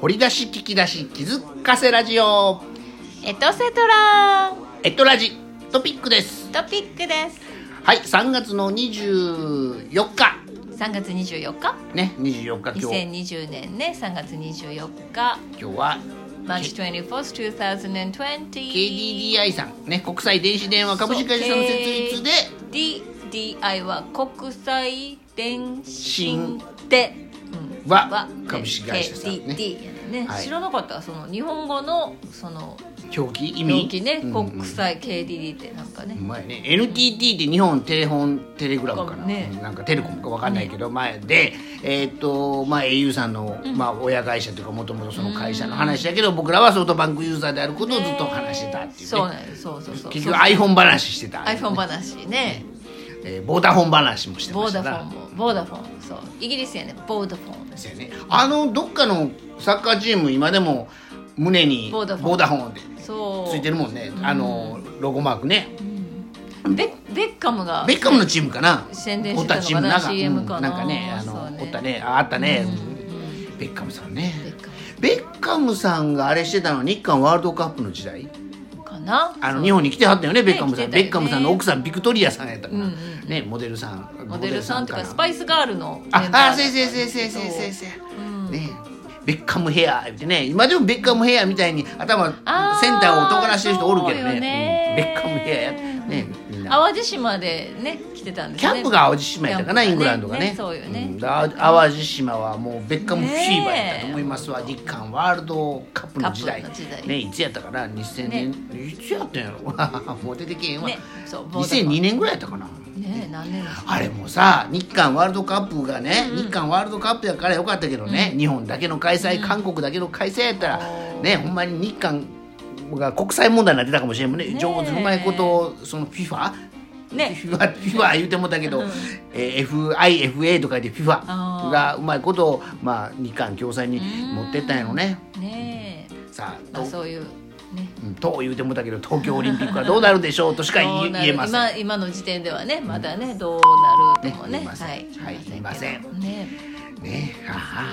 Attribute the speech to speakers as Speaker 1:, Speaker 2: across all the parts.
Speaker 1: 掘り出し聞き出し気づかせラジオ
Speaker 2: エトセトラ
Speaker 1: エトラジトピックです
Speaker 2: トピックです
Speaker 1: はい3月の24日
Speaker 2: 3月24日
Speaker 1: ね24日今日
Speaker 2: 2020年ね3月24日
Speaker 1: 今日は
Speaker 2: March 24th 2020
Speaker 1: KDDI さんね国際電子電話株式会社さんの設立で
Speaker 2: DDI は国際電信でうん
Speaker 1: は株式会社さんね
Speaker 2: KDD やね
Speaker 1: はい
Speaker 2: 知らなかったその日本語のその
Speaker 1: 表記意味
Speaker 2: 表記ね
Speaker 1: うんうん
Speaker 2: 国際 KDD ってなんかね
Speaker 1: うまいね NTT って日本テレホンテレグラムかな,、
Speaker 2: ね
Speaker 1: なんかテレコムかわかんないけど、前で、えーっとまあ、au さんの、まあ、親会社というかもともとその会社の話だけど、僕らはソフトバンクユーザーであることをずっと話してたっていう,、ね
Speaker 2: そうなんよそうそうそう
Speaker 1: 結局 iPhone 話してた、
Speaker 2: iPhone 話ね
Speaker 1: えーボーダフォン話もしてま
Speaker 2: ボー
Speaker 1: した
Speaker 2: ダ
Speaker 1: な
Speaker 2: フォンもボーダフォンそうイギリスやねボーダフォン
Speaker 1: ですよねあのどっかのサッカーチーム今でも胸に
Speaker 2: ボーダフォン
Speaker 1: ダフォンで
Speaker 2: そう
Speaker 1: ついてるもんねあのロゴマークね
Speaker 2: ベッベッカムが
Speaker 1: ベッカムのチームかな
Speaker 2: 宣伝
Speaker 1: おっ
Speaker 2: し
Speaker 1: て
Speaker 2: た
Speaker 1: た
Speaker 2: の
Speaker 1: チ
Speaker 2: か
Speaker 1: ーム
Speaker 2: な
Speaker 1: なんか
Speaker 2: CM かな
Speaker 1: うんなんかねあ
Speaker 2: そ
Speaker 1: の
Speaker 2: うね
Speaker 1: おったねああったね、ベッカムさんね
Speaker 2: ベッカ
Speaker 1: ベッカムさんがあれしてたのは日韓ワールドカップの時代
Speaker 2: ムかな
Speaker 1: あ
Speaker 2: そ
Speaker 1: の
Speaker 2: う
Speaker 1: 日本に来てはったよねベッカムさん、
Speaker 2: 来てた
Speaker 1: ベ
Speaker 2: よね
Speaker 1: ッカムさんの奥さんビクトリアさんやったかな、
Speaker 2: うん
Speaker 1: ねモデルさん
Speaker 2: モデルさんとか
Speaker 1: モデ
Speaker 2: ス
Speaker 1: ル
Speaker 2: パイスガールのメンバー
Speaker 1: ああせいせいせいせいせいせいせいねベッカムヘアってね今でもベッカムヘアみたいに頭
Speaker 2: あー
Speaker 1: センターを尖らしてる人おるけど
Speaker 2: そう
Speaker 1: ね
Speaker 2: よね
Speaker 1: うんベッカムヘアやねみんな
Speaker 2: 淡路島でね来てたんです
Speaker 1: キ
Speaker 2: ね
Speaker 1: ャンプが淡路島やったかな、
Speaker 2: キ
Speaker 1: イ
Speaker 2: ャ
Speaker 1: ン
Speaker 2: プ
Speaker 1: グランドがね
Speaker 2: そうよ
Speaker 1: う
Speaker 2: ね
Speaker 1: んだ淡路島はもうベッカムフィーバーやったと思いますわ、日韓ワールドカップの時代
Speaker 2: カップの時代
Speaker 1: ねいつやったかな2000年、いつやったんやろもう出て けえへんわ、
Speaker 2: ねそうボーダー
Speaker 1: 2002年ぐらいやったかな
Speaker 2: ね何年です
Speaker 1: あれもさ日韓ワールドカップがね、日韓ワールドカップやからよかったけどね、日本だけの開催、韓国だけの開催やったらねほんまに日韓が国際問題になってたかもしれんもんね
Speaker 2: ねえ
Speaker 1: 上手うまいことをその FIFA
Speaker 2: ね
Speaker 1: FIFA, FIFA 言うてもたけど、えー FIFA とかで FIFA
Speaker 2: あー
Speaker 1: がうまいことを、まあ、日韓共催に持ってったんやろね
Speaker 2: ねえ
Speaker 1: さあ
Speaker 2: まあ
Speaker 1: と
Speaker 2: そういうね
Speaker 1: うんと言うてもたけど東京オリンピックはどうなるでしょうとしか
Speaker 2: どう
Speaker 1: 言
Speaker 2: な
Speaker 1: え言
Speaker 2: る
Speaker 1: えません。
Speaker 2: 今今の時点ではねまだねどうなるともね
Speaker 1: ね言いません
Speaker 2: はい
Speaker 1: はい言いません
Speaker 2: けどね
Speaker 1: ねあ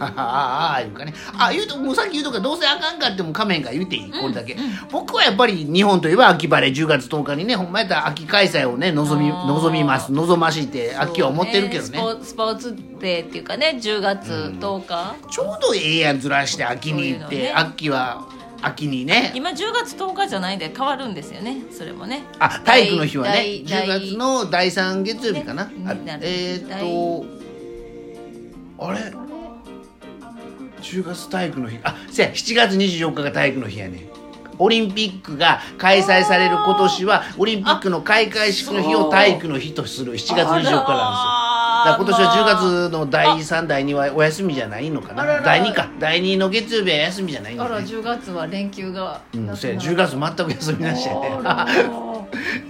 Speaker 1: あああ 言うかねあ言うともうさっき言うとかどうせあかんかっても仮面から言うていいこれだけ、僕はやっぱり日本といえば秋晴れ10月10日にねほんまやったら秋開催をね望み
Speaker 2: あー
Speaker 1: 望みます望ましいって
Speaker 2: そうね
Speaker 1: 秋は思ってるけどね
Speaker 2: スポスポーツデーっていうかね10月10日
Speaker 1: ちょうどええやんずらして秋に行っ
Speaker 2: そう
Speaker 1: て、
Speaker 2: いうのね
Speaker 1: 秋は秋にね
Speaker 2: 今10月10日じゃないんで変わるんですよねそれもね
Speaker 1: あ体育の日はね
Speaker 2: 第
Speaker 1: 10月の第3月曜日かな、
Speaker 2: ね
Speaker 1: あ
Speaker 2: になる
Speaker 1: えーっとあれ10月体育の日あせや7月24日が体育の日やねオリンピックが開催される今年はオリンピックの開会式の日を体育の日とする7月24日なんですよだから今年は10月の第3第2はお休みじゃないのかな
Speaker 2: あらら
Speaker 1: 第2か第2の月曜日は休みじゃない
Speaker 2: あ
Speaker 1: の
Speaker 2: ら
Speaker 1: かな、
Speaker 2: 10月は連休が
Speaker 1: うん、せや10月全く休みなしやね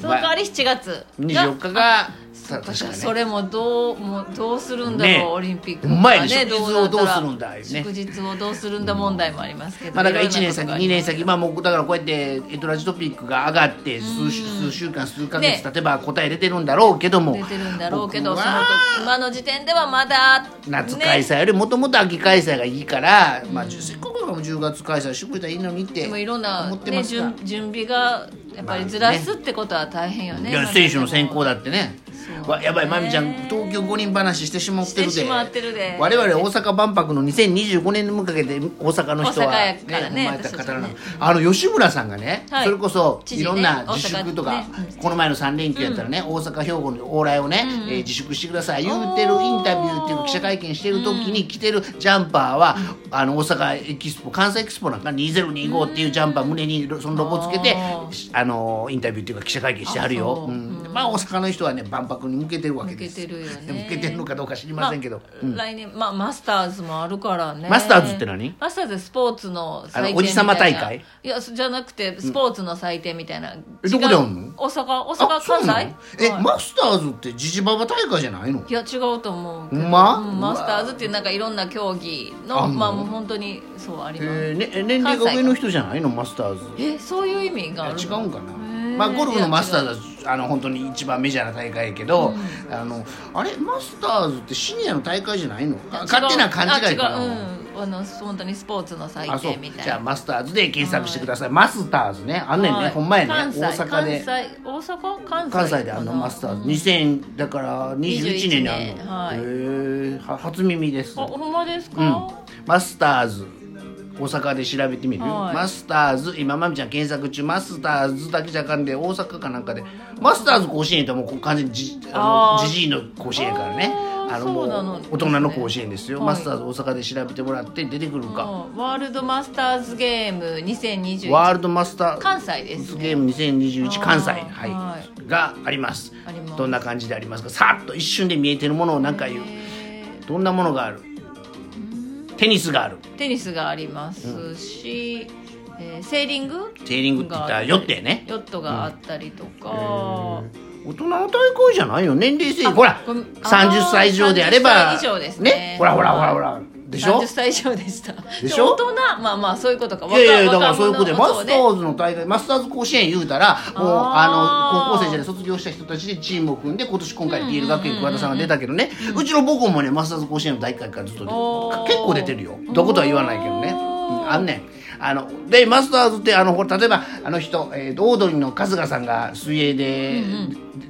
Speaker 2: その代わり7月
Speaker 1: 24日がさ
Speaker 2: だ
Speaker 1: 確
Speaker 2: か
Speaker 1: からね
Speaker 2: それもどうもうどうするんだろう、
Speaker 1: ね
Speaker 2: オリンピック
Speaker 1: ほんまやね
Speaker 2: とか
Speaker 1: 祝日をどうするんだよね
Speaker 2: 祝日をどうするんだ問題もありますけど、
Speaker 1: まあ、だから
Speaker 2: いろ
Speaker 1: 1
Speaker 2: んな
Speaker 1: 年
Speaker 2: こと
Speaker 1: 先
Speaker 2: があ
Speaker 1: 2
Speaker 2: り
Speaker 1: 年先まあもうだからこうやってエトラジトピックが上がって数週数週間数ヶ
Speaker 2: ね
Speaker 1: 月経てば答え出てるんだろうけども、
Speaker 2: 出てるんだろうけど
Speaker 1: 僕
Speaker 2: そ
Speaker 1: は
Speaker 2: の時今の時点ではまだ
Speaker 1: 夏開
Speaker 2: ね
Speaker 1: 催よりもともと秋開催がいいから、まあ、せっかくなら10月開催してくれたらいいのにって
Speaker 2: でもいろんな、
Speaker 1: 思ってま
Speaker 2: ね、
Speaker 1: すが、
Speaker 2: 準準備がやっぱりずらすってことは大変よね,、
Speaker 1: いや選手の選考だってね
Speaker 2: そう
Speaker 1: わやばいまみちゃん東京五輪話してしまってるで
Speaker 2: してしまってるで
Speaker 1: 我々大阪万博の2025年に向けて大阪の人は
Speaker 2: 大阪やか
Speaker 1: ほ
Speaker 2: らね
Speaker 1: んまやったら語らない
Speaker 2: 私た
Speaker 1: あの吉村さんがね、
Speaker 2: はい
Speaker 1: それこそ
Speaker 2: 知
Speaker 1: い
Speaker 2: 事ね
Speaker 1: ろんな自粛とか、
Speaker 2: 大阪ね
Speaker 1: この前の3連休やったらね、大阪兵庫の往来をね、えー自粛してください言うてるインタビューっていうか記者会見してる時に着てるジャンパーは、あの大阪エキスポ関西エキスポなんか2025っていうジャンパー胸にそのロゴつけて
Speaker 2: あー
Speaker 1: しあのインタビューっていうか記者会見してはる
Speaker 2: あ
Speaker 1: よ
Speaker 2: そう
Speaker 1: うんまあ大阪の人はね万博に向けてるわけです
Speaker 2: 向けてるよね
Speaker 1: 向けてるのかどうか知りませんけど、
Speaker 2: まあ来年、まあ、マスターズもあるからね
Speaker 1: マスターズって何
Speaker 2: マスターズスポーツの祭典
Speaker 1: あの
Speaker 2: みたいな
Speaker 1: おじさま大会
Speaker 2: いやそじゃなくてスポーツの祭典みたいな、
Speaker 1: え
Speaker 2: 違う
Speaker 1: どこであんの
Speaker 2: 大阪大
Speaker 1: あ
Speaker 2: 阪
Speaker 1: そう
Speaker 2: 関
Speaker 1: なの
Speaker 2: 西
Speaker 1: え、
Speaker 2: はい
Speaker 1: マスターズってジジババ大会じゃないの
Speaker 2: いや違うと思うけど
Speaker 1: ほんま
Speaker 2: うんマスターズっていうなんかいろんな競技
Speaker 1: あ
Speaker 2: の
Speaker 1: んの
Speaker 2: まあもう本当にそうあります
Speaker 1: えーね、え年齢が上の人じゃないのマスターズ
Speaker 2: えそういう意味がある
Speaker 1: 違うんかな
Speaker 2: ー
Speaker 1: まあゴルフのマスターズはあの本当に一番メジャーな大会やけど、あのあれマスターズってシニアの大会じゃないのあ
Speaker 2: 違う
Speaker 1: 勝手な勘違いかな
Speaker 2: あ違う、うんあの本当にスポーツの祭
Speaker 1: あそう
Speaker 2: 典みたい
Speaker 1: じゃあ
Speaker 2: な
Speaker 1: マスターズで検索してください、マスターズねあんねんね、
Speaker 2: はい
Speaker 1: ほんまやね
Speaker 2: 関西
Speaker 1: 大阪で
Speaker 2: 関西大阪関西
Speaker 1: 関西であのマスターズ、
Speaker 2: うん
Speaker 1: 2000だから21年にある
Speaker 2: 21
Speaker 1: の
Speaker 2: 年はい
Speaker 1: へえは初耳です
Speaker 2: あほんまです
Speaker 1: うん
Speaker 2: か、、
Speaker 1: マスターズ大阪で調べてみる、
Speaker 2: はい
Speaker 1: マスターズ今まみちゃん検索中マスターズだけじゃあかんで大阪かなんかでマスターズ甲子園やったらもうこう完全にじあの
Speaker 2: あー
Speaker 1: じじいの甲子園やからね
Speaker 2: あー
Speaker 1: あのも
Speaker 2: そうなの
Speaker 1: う
Speaker 2: ね
Speaker 1: 大人の甲子園ですよ、
Speaker 2: はい
Speaker 1: マスターズ大阪で調べてもらって出てくるか、
Speaker 2: うんワールドマスターズゲーム
Speaker 1: ワー
Speaker 2: 2021
Speaker 1: ルドマスター
Speaker 2: 関西です
Speaker 1: ゲ
Speaker 2: ね
Speaker 1: ーム2021関西、
Speaker 2: あー
Speaker 1: はい
Speaker 2: は
Speaker 1: があります
Speaker 2: あります
Speaker 1: どんな感じでありますかさっと一瞬で見えてるものを何か言う
Speaker 2: へ
Speaker 1: どんなものがあるテニスがある
Speaker 2: ーテニスがありますし、えーセーリング
Speaker 1: セーリングって言ったらヨットやね
Speaker 2: ヨットがあったりとか、
Speaker 1: 大人の大会じゃないよ年齢制限ほら
Speaker 2: ごめん
Speaker 1: 30歳以上であれば
Speaker 2: 30歳以上ですね
Speaker 1: ほらほらほらほらでしょ
Speaker 2: 30歳以上でした
Speaker 1: でしょ
Speaker 2: 大人まあまあそういうことか
Speaker 1: いやいやだから
Speaker 2: 若
Speaker 1: そういうことでマ
Speaker 2: 若者
Speaker 1: スターズの大会マスターズ甲子園言うたらもう
Speaker 2: あー
Speaker 1: あの高校生時代卒業した人たちでチームを組んで今年今回 DL 学園桑田さんが出たけどねうちの母校もねマスターズ甲子園の大会からずっと出て
Speaker 2: おー
Speaker 1: 結構出てるよどことは言わないけどね
Speaker 2: お
Speaker 1: う
Speaker 2: ー
Speaker 1: んあんねんあのでマスターズってあのほら例えばあの人、えー、オードリーの春日さんが水泳で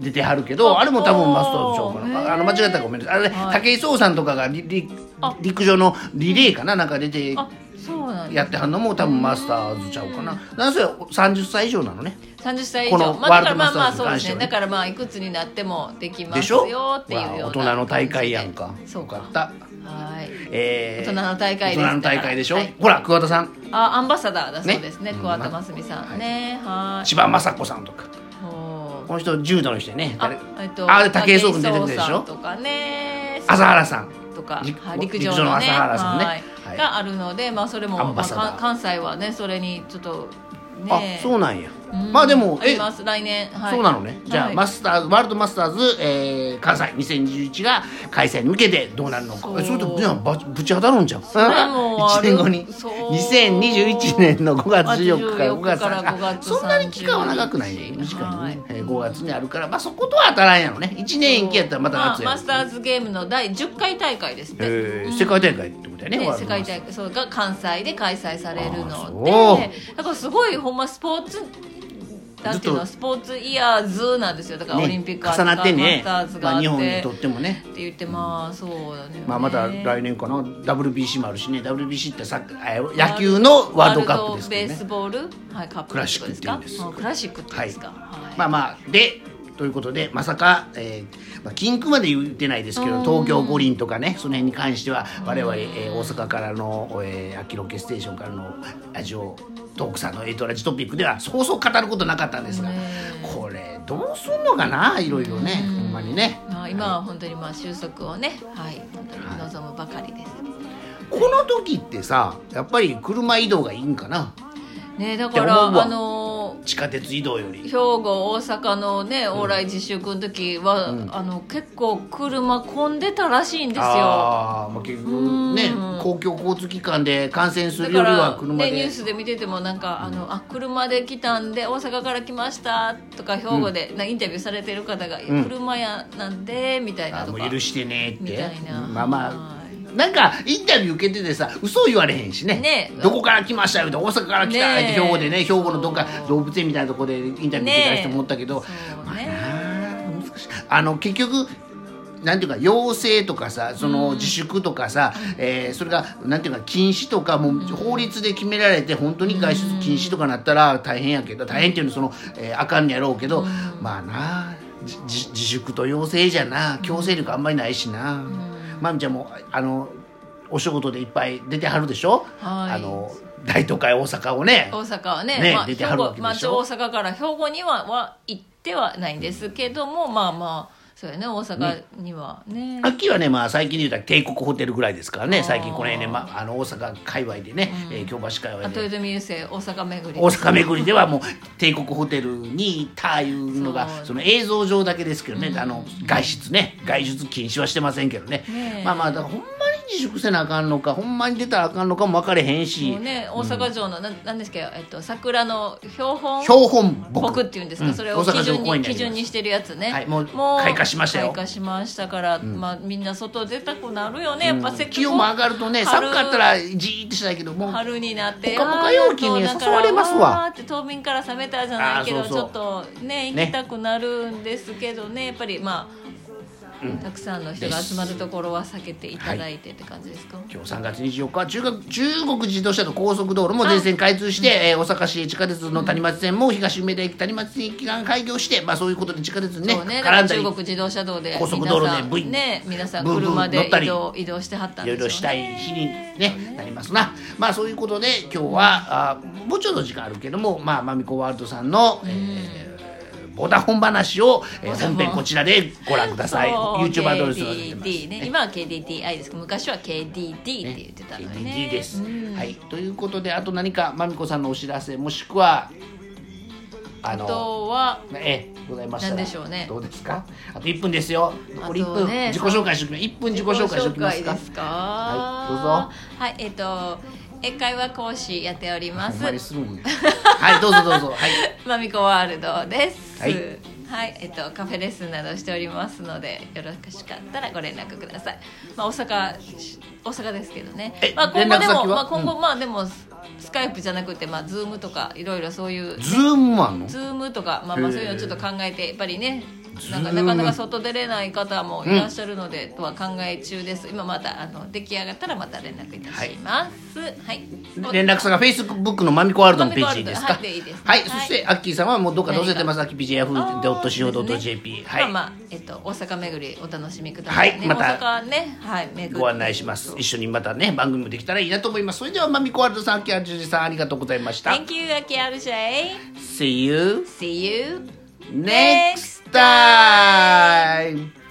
Speaker 1: 出てはるけど、あれも多分マスターズちゃうか
Speaker 2: おー
Speaker 1: なあの間違ったらごめんなさいあれ、
Speaker 2: はい
Speaker 1: 武井壮さんとかがりり
Speaker 2: あ
Speaker 1: 陸上のリレーかななんか出て
Speaker 2: あそうなん
Speaker 1: や
Speaker 2: だ
Speaker 1: ってはんのも多分マスターズちゃうかな。なんせ30歳以上なのね。
Speaker 2: 30歳以
Speaker 1: この
Speaker 2: 上まあだか
Speaker 1: ワ
Speaker 2: ら
Speaker 1: ー
Speaker 2: まあ
Speaker 1: ルド
Speaker 2: ま
Speaker 1: マ
Speaker 2: あ
Speaker 1: スタ
Speaker 2: そ
Speaker 1: ーズに関しては
Speaker 2: うです
Speaker 1: ね
Speaker 2: ねだからまあいくつになってもできま
Speaker 1: ですしょ
Speaker 2: よっていうような
Speaker 1: ほら大人の大会やんか。
Speaker 2: そうか
Speaker 1: よかった。
Speaker 2: はい
Speaker 1: えー
Speaker 2: 大人の大会です
Speaker 1: 大人の大会でしょ。
Speaker 2: はい
Speaker 1: ほら、桑田さん、
Speaker 2: あアンバサダーだそうですね
Speaker 1: ね
Speaker 2: 桑田真澄さんねはい
Speaker 1: 千葉雅子さんとか。
Speaker 2: ほう
Speaker 1: この人、柔道の人やね。誰
Speaker 2: あえっと
Speaker 1: あ、で武井壮君出てくるでし
Speaker 2: 武井壮さん
Speaker 1: ょ。
Speaker 2: とかね
Speaker 1: 朝原さん。
Speaker 2: とか
Speaker 1: 陸
Speaker 2: はい陸上
Speaker 1: 陸上の
Speaker 2: のね
Speaker 1: 朝原さんね
Speaker 2: はい
Speaker 1: はい
Speaker 2: があるのでまあそれも
Speaker 1: アンバサダー
Speaker 2: まあか関西はねそれにちょっと
Speaker 1: あ
Speaker 2: ね、
Speaker 1: そうなんや。
Speaker 2: うん
Speaker 1: まあでも、
Speaker 2: あります来年はい
Speaker 1: そうなのね。じゃあ、
Speaker 2: はい
Speaker 1: マスターズ、ワールドマスターズ、えー関西2021が開催に向けてどうなるのか。
Speaker 2: そう
Speaker 1: えそういうと、じゃあ、ばぶち当たるんじゃん。
Speaker 2: れ もあ
Speaker 1: 1
Speaker 2: る
Speaker 1: 年後に。
Speaker 2: そう
Speaker 1: 2021年の5月14日から5
Speaker 2: 14
Speaker 1: 月
Speaker 2: から5月
Speaker 1: そんなに期間は長くないね。
Speaker 2: 30
Speaker 1: 短いね。
Speaker 2: はい
Speaker 1: えー5月にあるから、まあそことは当たらんやろね。1年延期やったらまた夏や
Speaker 2: あマスターズゲームの第10回大会ですって、
Speaker 1: えー
Speaker 2: うん
Speaker 1: 世界大会ってことやね、
Speaker 2: ね
Speaker 1: ワー
Speaker 2: 世
Speaker 1: ルドマ
Speaker 2: 界
Speaker 1: スター
Speaker 2: 大会そうが関西で開催される
Speaker 1: あ
Speaker 2: の
Speaker 1: ー
Speaker 2: でだからすごいほんまスポーツなんて
Speaker 1: ずっ
Speaker 2: いう
Speaker 1: と
Speaker 2: のスポーツイヤーズなんですよだからオリンピック
Speaker 1: ね、重なってね
Speaker 2: マスターズ、があ
Speaker 1: まあ、
Speaker 2: っ
Speaker 1: 日
Speaker 2: て、
Speaker 1: 本にとってもね。
Speaker 2: って言ってまあそうだね
Speaker 1: まあ、また来年かな WBC もあるしね WBC ってサッカーえー野球のワールドカップですけ
Speaker 2: ワールドベー
Speaker 1: ど
Speaker 2: ス
Speaker 1: ね
Speaker 2: ボール、はい、カップ
Speaker 1: クラシックって言うんです
Speaker 2: あクラシックって言うんですか、はい
Speaker 1: まあまあでということでまさか、えーまあ、禁句まで言ってないですけど東京五輪とかねその辺に関しては我々、えー大阪からの、えー、秋ロケステーションからのラジオトークさんのエイトラジトピックではそうそう語ることなかったんですが
Speaker 2: ね
Speaker 1: これどうすんのかないろいろねほんまにね。
Speaker 2: まあ今は本当にまあ収束をね、はい、本当に望むばかりです。
Speaker 1: この時ってさやっぱり車移動がいいんかな
Speaker 2: ねだか
Speaker 1: って思うわ
Speaker 2: らあのー
Speaker 1: 地下鉄移動より
Speaker 2: 兵。庫大阪のね往来自粛の時は、あの結構車混んでたらしいんですよ。
Speaker 1: あーまあ結局ね
Speaker 2: うん
Speaker 1: 公共交通機関で感染す
Speaker 2: だ
Speaker 1: る
Speaker 2: か
Speaker 1: よりは
Speaker 2: ら、
Speaker 1: 車で
Speaker 2: ね、ニュースで見ててもなんか「あのあ車で来たんで大阪から来ました」とか兵庫で、なインタビューされてる方が「いや
Speaker 1: うん
Speaker 2: 車やなんで」みたいな
Speaker 1: あ
Speaker 2: と
Speaker 1: もう
Speaker 2: か
Speaker 1: 許してねっ
Speaker 2: み
Speaker 1: て
Speaker 2: たいな
Speaker 1: まあま
Speaker 2: は
Speaker 1: あなんかインタビュー受けててさ嘘言われへんしね
Speaker 2: ね
Speaker 1: どこから来ましたよって大阪から来たって
Speaker 2: ね
Speaker 1: 兵庫でね兵庫のどっか
Speaker 2: そう
Speaker 1: 動物園みたいなとこでインタビュー受けた人もおったけど、
Speaker 2: そう
Speaker 1: まあ
Speaker 2: ね、
Speaker 1: なあ難しいあの結局なんていうか要請とかさその自粛とかさ、えーそれがなんていうか禁止とかもう法律で決められて本当に外出禁止とかなったら大変やけど大変っていうのはその、えーあかんやろうけど、まあなあじ自自粛と要請じゃな強制力あんまりないしな、まみちゃんもあのお仕事でいっぱい出てはるでしょ、
Speaker 2: はい
Speaker 1: あの大都会大阪をね
Speaker 2: 大阪はね
Speaker 1: ね
Speaker 2: まあ、
Speaker 1: 出
Speaker 2: 兵
Speaker 1: てはるわ
Speaker 2: 庫
Speaker 1: けでしょ
Speaker 2: まあ、一応大阪から兵庫にはは行ってはないんですけどもまあまあそうやね大阪にはね
Speaker 1: 秋はね、まあ、最近で言うたら帝国ホテルぐらいですからね
Speaker 2: あー
Speaker 1: 最近この辺ね、まあ、あの大阪界隈でね、えー京橋界
Speaker 2: あ
Speaker 1: 隈で
Speaker 2: 豊臣優勢大阪巡り
Speaker 1: 大阪巡りではもう帝国ホテルにいたいうのが
Speaker 2: そう
Speaker 1: その映像上だけですけどね、あの外出ね外出禁止はしてませんけどね
Speaker 2: ねえ
Speaker 1: まあまあだからほんまにに自粛せなあかんのかほんまに出たらあかんのかも分かれへんし、
Speaker 2: もうね大阪城の、なん、なんですけど、えっと、桜の標本
Speaker 1: 標本僕
Speaker 2: 僕っていうんですか、
Speaker 1: うん
Speaker 2: それを基
Speaker 1: 大阪城
Speaker 2: 準
Speaker 1: 公園
Speaker 2: に
Speaker 1: にあり
Speaker 2: 基
Speaker 1: ます
Speaker 2: 準にしてるやつね、
Speaker 1: はいもう開花しましたよ
Speaker 2: 開花しましたから、まあ、みんな外出たくなるよねやっぱせっかく
Speaker 1: 気温も上がるとね
Speaker 2: 春
Speaker 1: 寒かったらじーってしないけどもう
Speaker 2: 春になって
Speaker 1: ぽかぽか陽気に誘われますわ
Speaker 2: あーって冬眠から覚めたじゃないけど
Speaker 1: あーそうそう
Speaker 2: ちょっとね行
Speaker 1: ね
Speaker 2: きたくなるんですけどねやっぱりまあ、たくさんの人が集まるところは避けていただいてって感じですか、
Speaker 1: 今日3月24日は中国中国自動車道高速道路も全線開通して、えー大阪市地下鉄の谷町線も東梅田駅谷町線駅間開業して、まあ、そういうことで地下鉄にね
Speaker 2: そうね、だか
Speaker 1: 絡
Speaker 2: ら
Speaker 1: んだ
Speaker 2: 中
Speaker 1: り
Speaker 2: 国自動車道で
Speaker 1: 高速道路で
Speaker 2: 皆
Speaker 1: ブイ
Speaker 2: さんね皆さん
Speaker 1: ブーブー
Speaker 2: 車
Speaker 1: 乗
Speaker 2: で
Speaker 1: ったり
Speaker 2: 移動移動してはったん
Speaker 1: いろ
Speaker 2: で
Speaker 1: い
Speaker 2: しょう
Speaker 1: ろしたい
Speaker 2: ね
Speaker 1: 日に、ねなりますな、まあ、そういうことで今日はあもうちょっと時間あるけども、まあ、マミコワールドさんの、えーボダホン話を、えー
Speaker 2: ボダホン
Speaker 1: 本編こちらでご覧ください YouTube アドレス載せてます
Speaker 2: KDD ね今は KDDI ですけど昔は KDD って言ってたのにね
Speaker 1: KDD です、はい、ということであと何かまみこさんのお知らせもしくはあ
Speaker 2: あ
Speaker 1: の
Speaker 2: とは
Speaker 1: ええございましたら
Speaker 2: なんでしょうね
Speaker 1: どうですかあと1分ですよ残り1
Speaker 2: あと
Speaker 1: 分、
Speaker 2: ね
Speaker 1: 自己紹介しておきます1分自己紹介しておきますか
Speaker 2: 自己紹介ですか
Speaker 1: は
Speaker 2: はいえっ、と英会話講師やっておりま
Speaker 1: ほんまに
Speaker 2: す
Speaker 1: するんやはいどうぞどうぞはい
Speaker 2: まみこワールドです
Speaker 1: はい
Speaker 2: はいえっと、カフェレッスンなどしておりますのでよろしかったらご連絡ください、まあ、大阪大阪ですけどね
Speaker 1: え、
Speaker 2: まあ、今後で
Speaker 1: 連絡先
Speaker 2: も、
Speaker 1: は
Speaker 2: まあ、今後、
Speaker 1: う
Speaker 2: まあでもスカイプじゃなくて、まあ、ズームとかいろいろそういう
Speaker 1: ズームマンの
Speaker 2: ズームとか、まあ、まあそういうのをちょっと考えてやっぱりねなんか
Speaker 1: Zoom
Speaker 2: なかなか外出れない方もいらっしゃるので、とは考え中です今またあの出来上がったらまた連絡いたしますはい、
Speaker 1: 連絡先が Facebook のマミコワールドのページですか
Speaker 2: マミコワールドはいでいいですね
Speaker 1: はい
Speaker 2: はい
Speaker 1: そしてアッキーさんはもうどっか載せてますアッキー PJF.co.jp
Speaker 2: は、
Speaker 1: はいい、
Speaker 2: まあまあえっと大阪巡りお楽しみください、ね、
Speaker 1: はいまた
Speaker 2: 大阪ねはい巡って
Speaker 1: ご案内します一緒にまたね番組もできたらいいなと思いますそれではマミコワールドさんアッキーアジュジさんありがとうございました
Speaker 2: Thank you アキアルシャイ
Speaker 1: See you
Speaker 2: See you
Speaker 1: next time